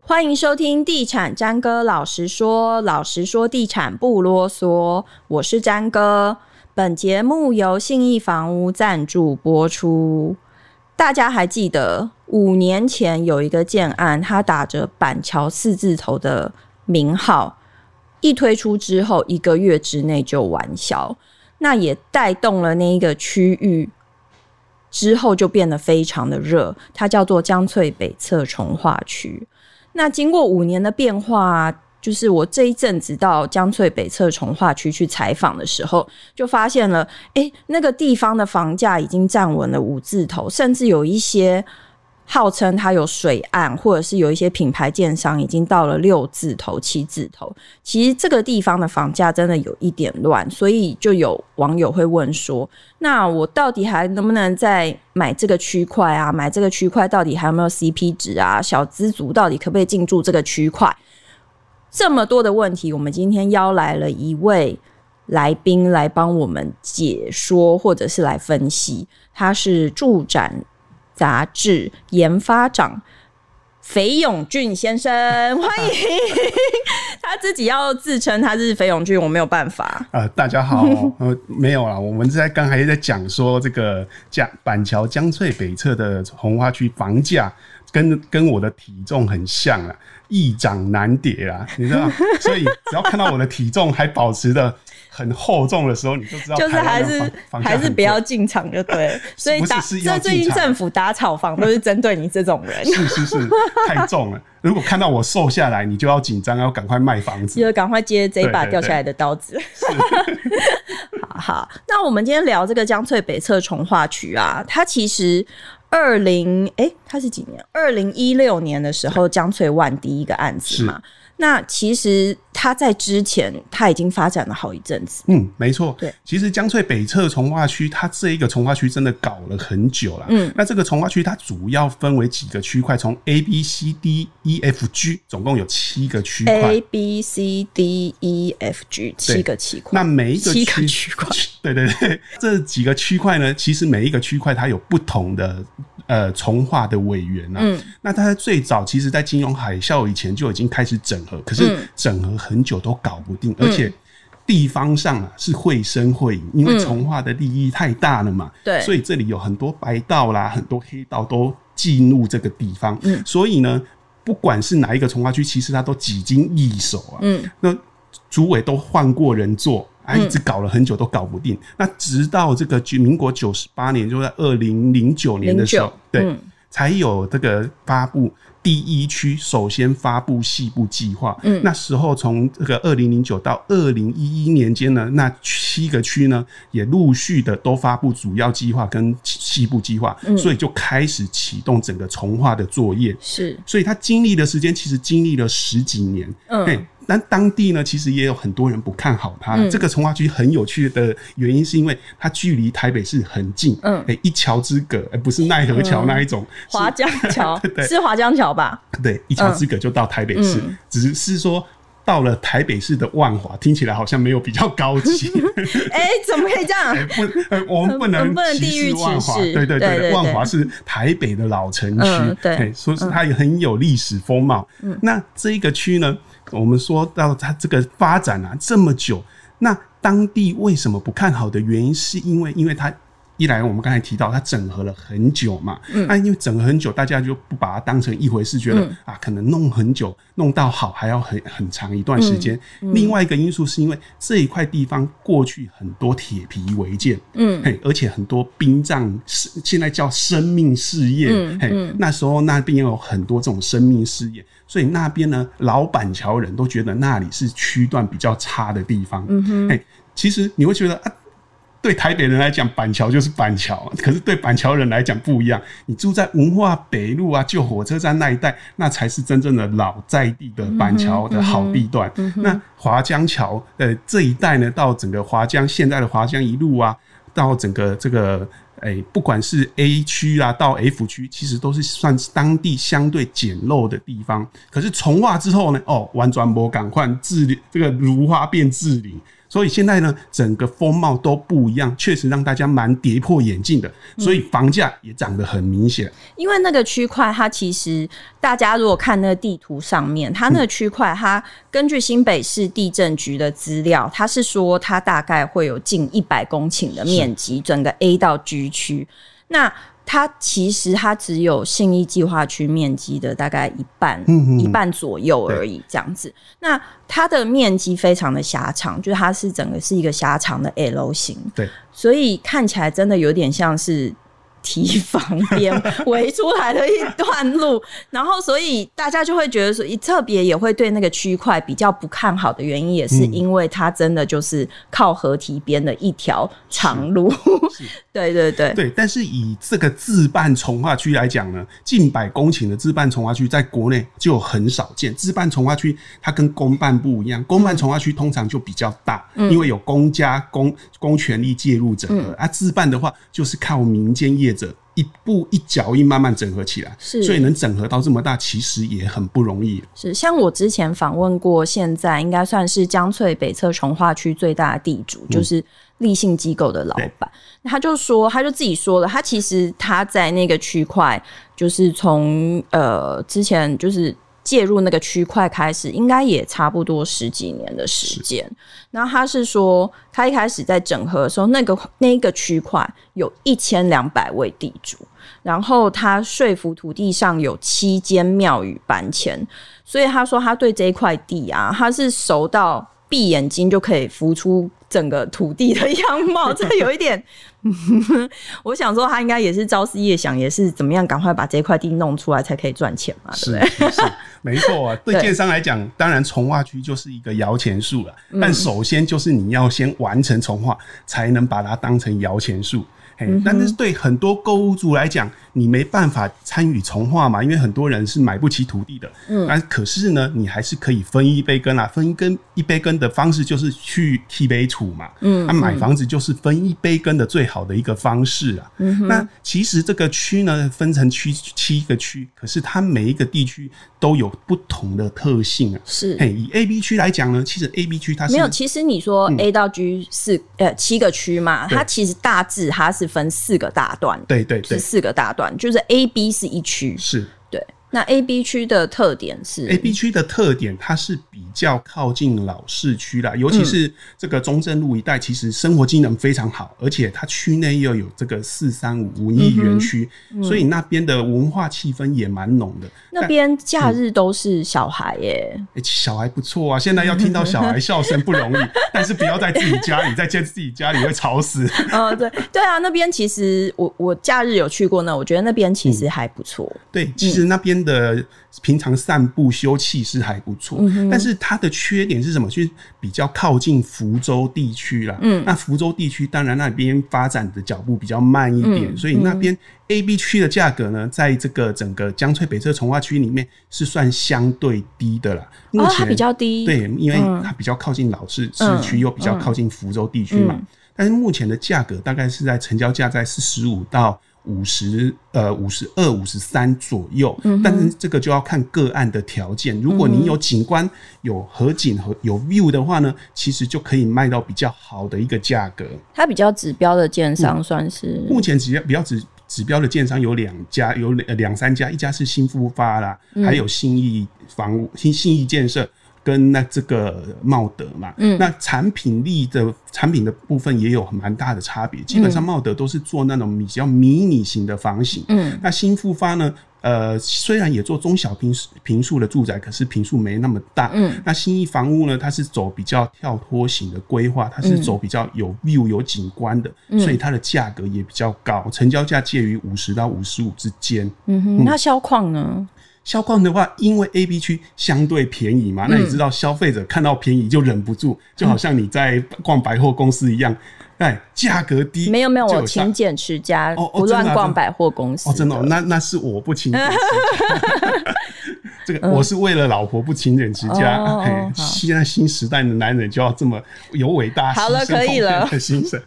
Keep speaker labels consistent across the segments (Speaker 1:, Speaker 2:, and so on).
Speaker 1: 欢迎收听《地产詹哥老实说》，老实说地产不啰嗦，我是詹哥。本节目由信义房屋赞助播出。大家还记得五年前有一个建案，它打着板桥四字头的名号，一推出之后一个月之内就完销，那也带动了那一个区域之后就变得非常的热，它叫做江翠北侧重化区。那经过五年的变化，就是我这一阵子到江翠北侧重化区去采访的时候，就发现了，诶，那个地方的房价已经站稳了五字头，甚至有一些号称它有水岸，或者是有一些品牌建商已经到了六字头、七字头。其实这个地方的房价真的有一点乱，所以就有网友会问说：那我到底还能不能再买这个区块啊？买这个区块到底还有没有 CP 值啊？小资族到底可不可以进驻这个区块？这么多的问题，我们今天邀来了一位来宾来帮我们解说，或者是来分析。他是住展杂志研发长肥永俊先生，欢迎。他自己要自称他是肥永俊，我没有办法。
Speaker 2: 呃，大家好， 呃，没有啦，我们在刚才在讲说这个江板桥江翠北侧的红花区房价跟跟我的体重很像啊，易涨难跌啊，你 知道，所以只要看到我的体重还保持的很厚重的时候，你就知道
Speaker 1: 就是
Speaker 2: 台湾
Speaker 1: 还
Speaker 2: 的
Speaker 1: 是
Speaker 2: 房房价
Speaker 1: 还是
Speaker 2: 很
Speaker 1: 不
Speaker 2: 贵
Speaker 1: 要进场 就对 了，所以
Speaker 2: 不是
Speaker 1: 打
Speaker 2: 是要
Speaker 1: 这最近
Speaker 2: 进场
Speaker 1: 政府打炒房都是针对你这种 人，
Speaker 2: 是是是太重了。如果看到我瘦下来，你就要紧张，要赶快卖房子。
Speaker 1: 就赶快接这一把
Speaker 2: 对对对
Speaker 1: 掉下来的刀子。 好好，那我们今天聊这个江翠北侧重化区啊，它其实二零哎，它是几年？二零一六年的时候，江翠万第一个案子嘛。那其实它在之前，它已经发展了好一阵子。
Speaker 2: 嗯，没错。
Speaker 1: 对，
Speaker 2: 其实江翠北侧从化区，它这一个从化区真的搞了很久了。嗯，那这个从化区它主要分为几个区块，从 A、B、C、D、E、F、G，总共有七个区块
Speaker 1: A。B C D E F G 七个七块，
Speaker 2: 那每一个
Speaker 1: 七个区块，
Speaker 2: 对对对，这几个区块呢，其实每一个区块它有不同的呃从化的委员啊。
Speaker 1: 嗯
Speaker 2: 那它最早其实，在金融海啸以前就已经开始整合，可是
Speaker 1: 嗯
Speaker 2: 整合很久都搞不定，而且地方上啊是会声会影，因为
Speaker 1: 嗯
Speaker 2: 从化的利益太大了嘛，
Speaker 1: 对
Speaker 2: 所以这里有很多白道啦，很多黑道都进入这个地方，
Speaker 1: 嗯
Speaker 2: 所以呢，不管是哪一个从化区，其实它都几经易手啊，
Speaker 1: 嗯，
Speaker 2: 那主委都换过人做，啊，一直搞了很久都搞不定。那直到这个民国九十八年，就在二零零九年的时候
Speaker 1: 09，
Speaker 2: 对，
Speaker 1: 嗯
Speaker 2: 才有这个发布第一区首先发布细部计划。嗯，那时候从这个二零零九到二零一一年间呢，那七个区呢也陆续的都发布主要计划跟细部计划，所以就开始启动整个从化的作业。
Speaker 1: 是
Speaker 2: 所以他经历的时间其实经历了十几年。
Speaker 1: 嗯
Speaker 2: 嘿，但当地呢，其实也有很多人不看好它。
Speaker 1: 嗯
Speaker 2: 这个从化区很有趣的原因，是因为它距离台北市很近，
Speaker 1: 嗯
Speaker 2: 哎，一桥之隔，哎，不是奈何桥那一种，是
Speaker 1: 华嗯江桥
Speaker 2: 对
Speaker 1: 是华江桥 吧？
Speaker 2: 对，一桥之隔就到台北市，
Speaker 1: 嗯
Speaker 2: 只是说。到了台北市的万华，听起来好像没有比较高级，
Speaker 1: 哎、怎么可以这样？
Speaker 2: 不，呃，我们不能
Speaker 1: 不能
Speaker 2: 歧
Speaker 1: 地域
Speaker 2: 视万华，
Speaker 1: 歧视
Speaker 2: 对
Speaker 1: 对
Speaker 2: 对
Speaker 1: 对
Speaker 2: 对，
Speaker 1: 对
Speaker 2: 万华是台北的老城区
Speaker 1: 嗯，对
Speaker 2: 嘿所以它也很有历史风貌。那这一个区呢，我们说到它这个发展啊这么久，那当地为什么不看好的原因，是因为因为它。一来，我们刚才提到它整合了很久嘛，
Speaker 1: 嗯
Speaker 2: 那、因为整合很久，大家就不把它当成一回事，觉得、啊，可能弄很久，弄到好还要很很长一段时间。
Speaker 1: 嗯
Speaker 2: 另外一个因素是因为这一块地方过去很多铁皮违建，
Speaker 1: 嗯
Speaker 2: 嘿，而且很多殡葬事，现在叫生命事业，
Speaker 1: 嗯
Speaker 2: 嘿，那时候那边有很多这种生命事业，所以那边呢，老板桥人都觉得那里是区段比较差的地方，嗯哼，嘿，其实你会觉得啊。对台北人来讲，板桥就是板桥，可是对板桥人来讲不一样。你住在文化北路啊、旧火车站那一带，那才是真正的老在地的板桥的好地段。那华江桥呃这一带呢，到整个华江现在的华江一路啊，到整个这个。哎、不管是 A 区啊到 F 区，其实都是算是当地相对简陋的地方。可是从化之后呢，哦，玩转博赶快治这个如花变治理，所以现在呢，整个风貌都不一样，确实让大家蛮跌破眼镜的，
Speaker 1: 嗯
Speaker 2: 所以房价也涨得很明显。
Speaker 1: 因为那个区块，它其实大家如果看那个地图上面，它那个区块，它根据新北市地震局的资料，它是说它大概会有近一百公顷的面积，整个 A 到 G 区。那它其实它只有信义计划区面积的大概一半，
Speaker 2: 嗯嗯嗯
Speaker 1: 一半左右而已，这样子。那它的面积非常的狭长，就是它是整个是一个狭长的 L 型，
Speaker 2: 对，
Speaker 1: 所以看起来真的有点像是堤防边围出来的一段路，然后所以大家就会觉得说，特别也会对那个区块比较不看好的原因，也是因为它真的就是靠河堤边的一条长路， 对对对，
Speaker 2: 对，但是以这个自办从化区来讲呢，近百公顷的自办从化区在国内就很少见。自办从化区它跟公办不一样，公办从化区通常就比较大，
Speaker 1: 嗯
Speaker 2: 因为有公家公公权力介入整合，而、啊、自办的话就是靠民间业者。一步一脚印慢慢整合起来，
Speaker 1: 是
Speaker 2: 所以能整合到这么大，其实也很不容易。
Speaker 1: 是，像我之前访问过，现在应该算是江翠北侧从化区最大的地主，就是立信机构的老板。他就说，他就自己说了，他其实他在那个区块，就是从呃之前就是介入那个区块开始，应该也差不多十几年的时间。然后他是说，他一开始在整合的时候，那个那个区块有一千两百位地主。然后他说服土地上有七间庙宇搬迁，所以他说他对这一块地啊，他是熟到闭眼睛就可以浮出整个土地的样貌， 这有一点，我想说他应该也是朝思夜想，也是怎么样赶快把这块地弄出来才可以赚钱嘛，对不
Speaker 2: 是
Speaker 1: 对？
Speaker 2: 是是，没错啊。 对
Speaker 1: 对
Speaker 2: 建商来讲，当然从化区就是一个摇钱树了。
Speaker 1: 嗯
Speaker 2: 但首先就是你要先完成从化，才能把它当成摇钱树。嘿，但是对很多购物族来讲，你没办法参与从化嘛，因为很多人是买不起土地的。嗯，但可是呢，你还是可以分一杯羹啊，分一羹一杯羹的方式就是去替杯储嘛。嗯，那、买房子就是分一杯羹的最好的一个方式啊。那其实这个区呢，分成区七个区，可是它每一个地区都有不同的特性啊。
Speaker 1: 是。
Speaker 2: 嘿，以 A、B 区来讲呢，其实 A、B 区啊它是嗯
Speaker 1: 没有，其实你说 A 到 G 四、呃七个区嘛，
Speaker 2: 对
Speaker 1: 它其实大致它是分四个大段，
Speaker 2: 对对
Speaker 1: 是
Speaker 2: 对，
Speaker 1: 四个大段，就是 A、B 是一区，
Speaker 2: 是
Speaker 1: 对，那 A、B 区的特点是
Speaker 2: A、B 区的特点，它是比较靠近老市区啦，尤其是这个中正路一带，其实生活机能非常好，而且它区内又有这个四三五文艺园区，所以那边的文化气氛也蛮浓的。
Speaker 1: 那边假日都是小孩耶、
Speaker 2: 欸、小孩不错啊，现在要听到小孩笑声不容易，但是不要在自己家里，在自自己家里会吵死。
Speaker 1: 呃，对对啊，那边其实我我假日有去过呢，我觉得那边其实还不错。
Speaker 2: 对，其实那边的平常散步休憩是还不错，
Speaker 1: 嗯
Speaker 2: 但是它的缺点是什么？就是比较靠近福州地区啦。嗯，那福州地区当然那边发展的脚步比较慢一
Speaker 1: 嗯
Speaker 2: 点，所以那边 A、B 区的价格呢，在这个整个江翠北侧从化区里面是算相对低的啦。目
Speaker 1: 哦，
Speaker 2: 前、
Speaker 1: 它比较低，
Speaker 2: 对，因为它比较靠近老市市区，又比较靠近福州地区嘛。但是目前的价格大概是在成交价在四十五到五十，呃，五十二、五十三左右。但是这个就要看个案的条件。如果你有景观、有河景和有 view 的话呢，其实就可以卖到比较好的一个价格。
Speaker 1: 它比较指标的建
Speaker 2: 嗯
Speaker 1: 商算是、
Speaker 2: 目前指标比较指指标的建商有两家，有两呃两三家，一家是新复发啦，还有信义房屋、信信义建设。跟那这个茂德嘛，嗯，那产品力的产品的部分也有蛮大的差别。基本上茂德都是做那种比较迷你型的房型，嗯，那新复发呢，呃，虽然也做中小平平数的住宅，可是平数没那么大，嗯，那新意房屋呢，它是走比较跳脱型的规划，它是
Speaker 1: 嗯
Speaker 2: 走比较有 view 有景观的，所以它的价格也比较高，成交价介于五十到五十五之间。
Speaker 1: 嗯哼，那销矿呢？
Speaker 2: 销矿的话，因为 A、B 区相对便宜嘛，那
Speaker 1: 嗯
Speaker 2: 你知道消费者看到便宜就忍不住，就好像你在逛百货公司一样，哎，价格低，
Speaker 1: 没有没有，
Speaker 2: 就
Speaker 1: 我
Speaker 2: 上
Speaker 1: 勤俭持家，
Speaker 2: 哦哦
Speaker 1: 不
Speaker 2: 真
Speaker 1: 乱
Speaker 2: 的啊真
Speaker 1: 逛
Speaker 2: 的
Speaker 1: 百货公司
Speaker 2: 哦，真的、哦，那那是我不勤俭 持家。这个我是为了老婆不勤俭持家。
Speaker 1: 嗯哦
Speaker 2: 嘿
Speaker 1: 好
Speaker 2: 现在新时代的男人就要这么有伟大
Speaker 1: 好了
Speaker 2: 牺牲
Speaker 1: 可以
Speaker 2: 奉献
Speaker 1: 了
Speaker 2: 的精 神。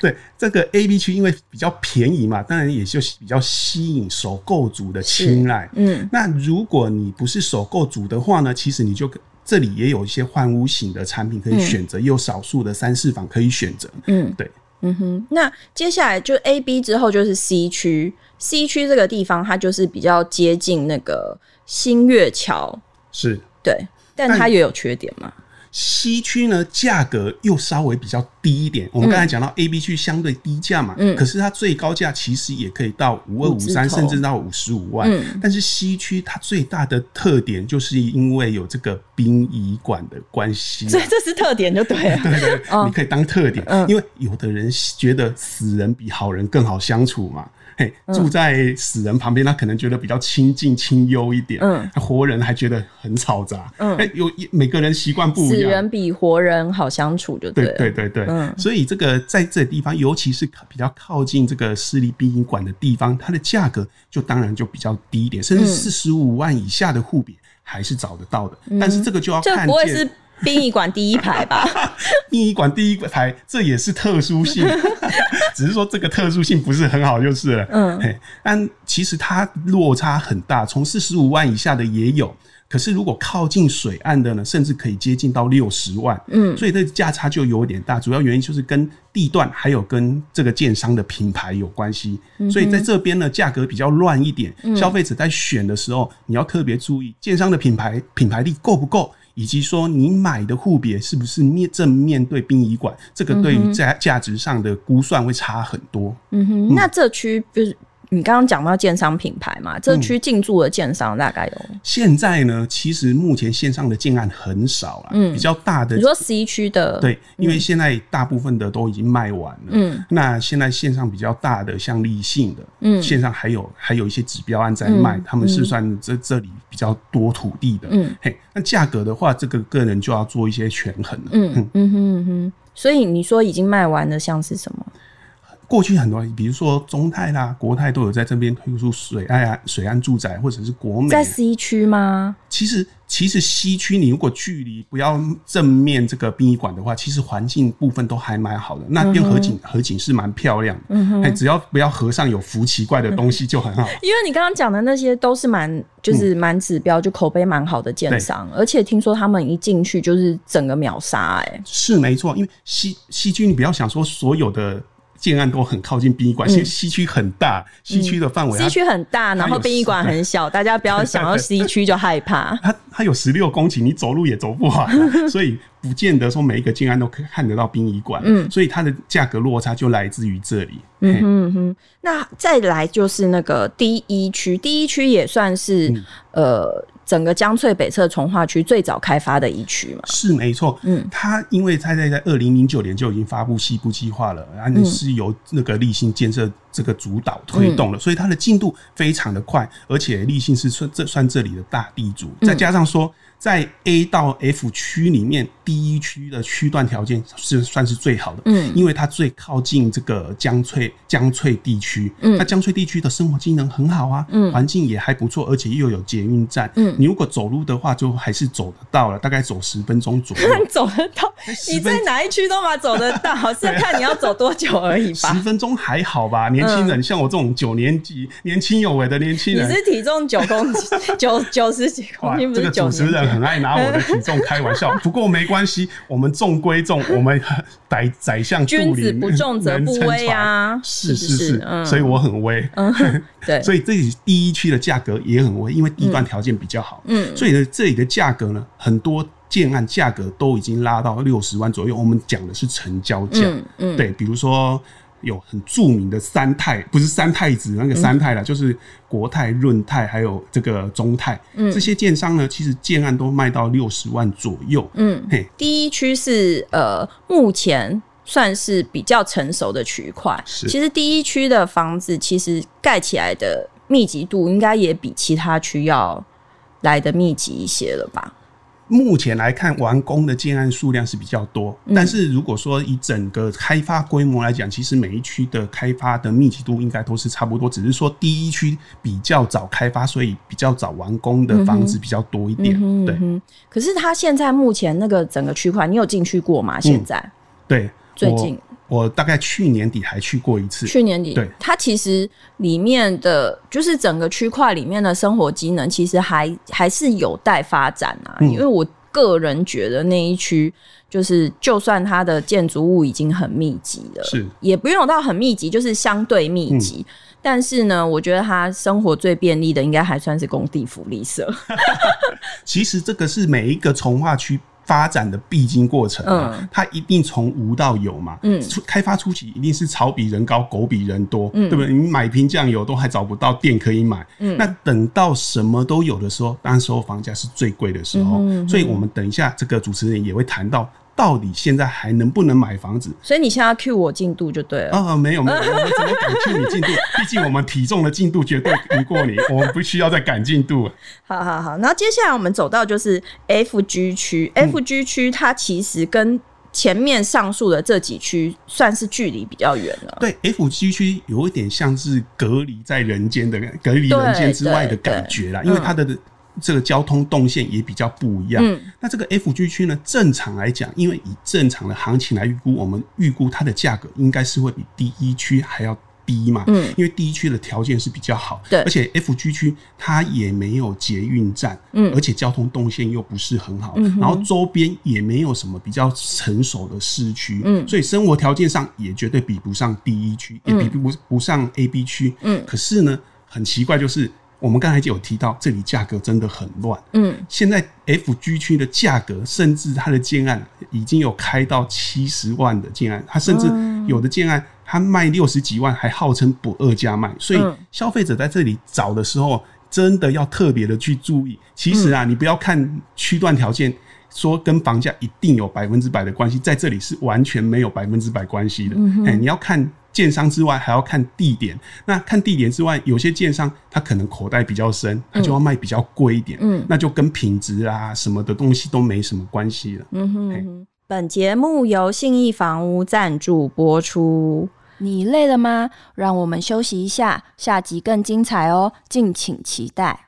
Speaker 2: 对，这个 A、B 区因为比较便宜嘛，当然也就比较吸引首购族的青睐。
Speaker 1: 嗯，
Speaker 2: 那如果你不是首购族的话呢，其实你就这里也有一些换屋型的产品可以选择，也有少数的三四房可以选择。
Speaker 1: 嗯，
Speaker 2: 对，
Speaker 1: 嗯哼。那接下来就 A、B 之后就是 C 区，C 区这个地方它就是比较接近那个新月桥，
Speaker 2: 是
Speaker 1: 对，但
Speaker 2: 但
Speaker 1: 它也有缺点嘛。
Speaker 2: 西区呢，价格又稍微比较低一点。我们刚才讲到 A、B 区相对低价嘛，
Speaker 1: 嗯
Speaker 2: 可是它最高价其实也可以到五二
Speaker 1: 五
Speaker 2: 五
Speaker 1: 字
Speaker 2: 三，
Speaker 1: 头
Speaker 2: 甚至到五十五万。
Speaker 1: 嗯
Speaker 2: 但是西区它最大的特点，就是因为有这个殡仪馆的关系啊、
Speaker 1: 所以这是特点就对了。
Speaker 2: 对对对，
Speaker 1: 嗯
Speaker 2: 你可以当特点，
Speaker 1: 嗯
Speaker 2: 因为有的人觉得死人比好人更好相处嘛。嘿，
Speaker 1: 嗯
Speaker 2: 住在死人旁边，他可能觉得比较亲近、清幽一点。
Speaker 1: 嗯，
Speaker 2: 活人还觉得很嘈杂。
Speaker 1: 嗯
Speaker 2: 哎，有每个人习惯 不
Speaker 1: 死
Speaker 2: 一样。
Speaker 1: 人比活人好相处就
Speaker 2: 对
Speaker 1: 了。
Speaker 2: 对对对，
Speaker 1: 嗯
Speaker 2: 所以这个在这地方，尤其是靠比较靠近这个私立殡仪馆的地方，它的价格就当然就比较低一点，甚至
Speaker 1: 嗯
Speaker 2: 四十五万以下的户别还是找得到的。但是这个就要
Speaker 1: 嗯这
Speaker 2: 看
Speaker 1: 不会
Speaker 2: 见
Speaker 1: 是殡仪馆第一排吧？
Speaker 2: 殡仪馆第一排，这也是特殊 性，只是说这个特殊性不是很好就是了。
Speaker 1: 嗯
Speaker 2: 嘿，但其实它落差很大，从四十五万以下的也有，可是如果靠近水岸的呢，甚至可以接近到六十万。
Speaker 1: 嗯
Speaker 2: 所以这个价差就有点大，主要原因就是跟地段还有跟这个建商的品牌有关系。
Speaker 1: 嗯
Speaker 2: 所以在这边呢，价格比较乱一点，消费者在选的时候，你要特别注意建商的品牌品牌力够不够。以及说你买的户别是不是面正面对殡仪馆，这个对于价价值上的估算会差很多。
Speaker 1: 嗯哼，那这区就是你刚刚讲到建商品牌
Speaker 2: 嗯
Speaker 1: 嘛，这区进驻的建商大概有，
Speaker 2: 现在呢，其实目前线上的建案很少啦，
Speaker 1: 嗯
Speaker 2: 比较大的
Speaker 1: 你说 C 区的，，
Speaker 2: 对，因为现在大部分的都已经卖完了。
Speaker 1: 嗯
Speaker 2: 那现在线上比较大的，像立信的，
Speaker 1: 嗯
Speaker 2: 线上还有还有一些指标案在卖，
Speaker 1: 嗯
Speaker 2: 他们是算这这里比较多土地的。
Speaker 1: 嗯
Speaker 2: 嘿，那价格的话，这个个人就要做一些权衡了。
Speaker 1: 嗯嗯哼嗯哼，所以你说已经卖完的像是什么？
Speaker 2: 过去很多，比如说中泰啦、国泰都有在这边推出水岸啊、水岸住宅或者是国美啊。
Speaker 1: 在 C 区吗？
Speaker 2: 其实，其实西区你如果距离不要正面这个殡仪馆的话，其实环境部分都还蛮好的。那
Speaker 1: 嗯
Speaker 2: 边河景、河景是蛮漂亮的，哎、只要不要河上有浮奇怪的东西就很好。
Speaker 1: 因为你刚刚讲的那些都是蛮，
Speaker 2: 嗯
Speaker 1: 就是蛮指标，就口碑蛮好的建商，而且听说他们一进去就是整个秒杀，哎，
Speaker 2: 是没错，因为西西区你不要想说所有的建案都很靠近殡仪馆，其实西区很大，西区的范围它、
Speaker 1: 嗯西区很大，
Speaker 2: 它
Speaker 1: 然后
Speaker 2: 有
Speaker 1: 殡仪馆很小，大家不要想到 C 区就害怕。
Speaker 2: 它它有十六公顷，你走路也走不完啊、 所以不见得说每一个建案都可以看得到殡仪馆。
Speaker 1: 嗯
Speaker 2: 所以它的价格落差就来自于这里。
Speaker 1: 嗯哼
Speaker 2: 嘿
Speaker 1: 嗯哼，那再来就是那个第一区，第一区也算是、
Speaker 2: 嗯
Speaker 1: 呃整个江翠北侧从化区最早开发的一区嘛。
Speaker 2: 是没错，
Speaker 1: 嗯
Speaker 2: 它因为它在在二零零九年就已经发布西部计划了，
Speaker 1: 嗯
Speaker 2: 然后是由那个立信建设这个主导推
Speaker 1: 嗯
Speaker 2: 动了，所以它的进度非常的快，而且立信是算这算这里的大地主，
Speaker 1: 嗯
Speaker 2: 再加上说。在 A 到 F 区里面，第一区的区段条件是算是最好的，
Speaker 1: 嗯
Speaker 2: 因为它最靠近这个江翠江翠地区，
Speaker 1: 嗯
Speaker 2: 那江翠地区的生活机能很好啊，
Speaker 1: 嗯
Speaker 2: 环境也还不错，而且又有捷运站，
Speaker 1: 嗯
Speaker 2: 你如果走路的话，就还是走得到了，大概走十分钟左 右。哎
Speaker 1: 走得到，你
Speaker 2: 十分
Speaker 1: 在哪一区都嘛走得 到，是看你要走多久而已
Speaker 2: 十
Speaker 1: 吧。
Speaker 2: 分钟还好吧，年轻人、像我这种九年级、年轻有为的年轻
Speaker 1: 你
Speaker 2: 人，
Speaker 1: 是体重九公斤，九九十几公
Speaker 2: 哇，
Speaker 1: 斤，不
Speaker 2: 这
Speaker 1: 是
Speaker 2: 个
Speaker 1: 九
Speaker 2: 主持
Speaker 1: 十。
Speaker 2: 人很爱拿我的体重开玩 笑。不过没关系，我们重归重，我们 宰宰相肚
Speaker 1: 君
Speaker 2: 里
Speaker 1: 子不重则
Speaker 2: 能
Speaker 1: 不
Speaker 2: 撑
Speaker 1: 威 啊
Speaker 2: 船是
Speaker 1: 是是
Speaker 2: 是
Speaker 1: 是嗯
Speaker 2: 是，所以我很威。
Speaker 1: 对，
Speaker 2: 所以这里第一区的价格也很微，因为地段条件比较好。
Speaker 1: 嗯
Speaker 2: 所以呢，这里的价格呢，很多建案价格都已经拉到六十万左右。我们讲的是成交价，
Speaker 1: 嗯嗯，
Speaker 2: 对，比如说有很著名的三泰，不是三太子那个三泰啦，就是国泰、润泰还有这个中泰，
Speaker 1: 嗯
Speaker 2: 这些建商呢，其实建案都卖到六十万左右。
Speaker 1: 嗯
Speaker 2: 嘿，
Speaker 1: 第一区是呃，目前算是比较成熟的区块。
Speaker 2: 是
Speaker 1: 其实第一区的房子其实盖起来的密集度应该也比其他区要来的密集一些了吧？
Speaker 2: 目前来看，完工的建案数量是比较多，
Speaker 1: 嗯
Speaker 2: 但是如果说以整个开发规模来讲，其实每一区的开发的密集度应该都是差不多，只是说第一区比较早开发，所以比较早完工的房子比较多一点。
Speaker 1: 嗯
Speaker 2: 对
Speaker 1: 哼，可是它现在目前那个整个区块，你有进去过吗？现在、
Speaker 2: 对，
Speaker 1: 最
Speaker 2: 我
Speaker 1: 近
Speaker 2: 我大概去年底还去过一次，
Speaker 1: 去年底
Speaker 2: 对，
Speaker 1: 它其实里面的就是
Speaker 2: 嗯
Speaker 1: 整个区块里面的生活机能，其实还还是有待发展啊。因为我个人觉得那一区就是，就算它的建筑物已经很密集了，
Speaker 2: 是嗯
Speaker 1: 也不用到很密集，就是相对密集。但是呢，我觉得它生活最便利的应该还算是工地福利社。
Speaker 2: 其实这个是每一个从化区发展的必经过程、啊，
Speaker 1: 嗯
Speaker 2: 它一定从无到有嘛。
Speaker 1: 嗯
Speaker 2: 初，开发初期一定是草比人高，狗比人多，
Speaker 1: 嗯
Speaker 2: 对不对？你买瓶酱油都还找不到店可以买，
Speaker 1: 嗯
Speaker 2: 那等到什么都有的时候，那时候房价是最贵的时候，
Speaker 1: 嗯哼嗯哼
Speaker 2: 所以我们等一下这个主持人也会谈到。到底现在还能不能买房子？
Speaker 1: 所以你现在要 cue 我进度就对了。
Speaker 2: 啊、没有没有，我们怎么敢进你进 度？毕竟我们体重的进度绝对赢过你，我们不需要再赶进度了。
Speaker 1: 好好好，然后接下来我们走到就是 F G 区、f G 区它其实跟前面上述的这几区算是距离比较远了。
Speaker 2: 对，F 七区有一点像是隔离在人间的隔离人间之外的感觉啦，
Speaker 1: 对对
Speaker 2: 因为它的这个交通动线也比较不一样。
Speaker 1: 嗯
Speaker 2: 那这个 F 区区呢，正常来讲，因为以正常的行情来预估，我们预估它的价格应该是会比第一区还要低嘛。
Speaker 1: 嗯
Speaker 2: 因为第一区的条件是比较好，
Speaker 1: 对
Speaker 2: 而且 F 区区它也没有捷运站，
Speaker 1: 嗯
Speaker 2: 而且交通动线又不是很好，
Speaker 1: 嗯哼
Speaker 2: 然后周边也没有什么比较成熟的市区，
Speaker 1: 嗯
Speaker 2: 所以生活条件上也绝对比不上第一区，也比不不上 A、B 区，
Speaker 1: 嗯
Speaker 2: 可是呢，很奇怪就是我们刚才就有提到，这里价格真的很乱，
Speaker 1: 嗯，
Speaker 2: 现在 F G 区的价格，甚至它的建案已经有开到七十万的建案，它甚至有的建案它卖六十几万，还号称不二价卖，所以
Speaker 1: 嗯
Speaker 2: 消费者在这里找的时候，真的要特别的去注意。其实啊，你不要看区段条件。说跟房价一定有百分之百的关系，在这里是完全没有百分之百关系的。哎、你要看建商之外，还要看地点。那看地点之外，有些建商他可能口袋比较深，他就要卖比较贵一点。
Speaker 1: 嗯
Speaker 2: 那就跟品质啊什么的东西都没什么关系了。
Speaker 1: 嗯哼
Speaker 2: 嘿
Speaker 1: 嗯哼。本节目由信义房屋赞助播出。
Speaker 3: 你累了吗？让我们休息一下，下集更精彩哦，敬请期待。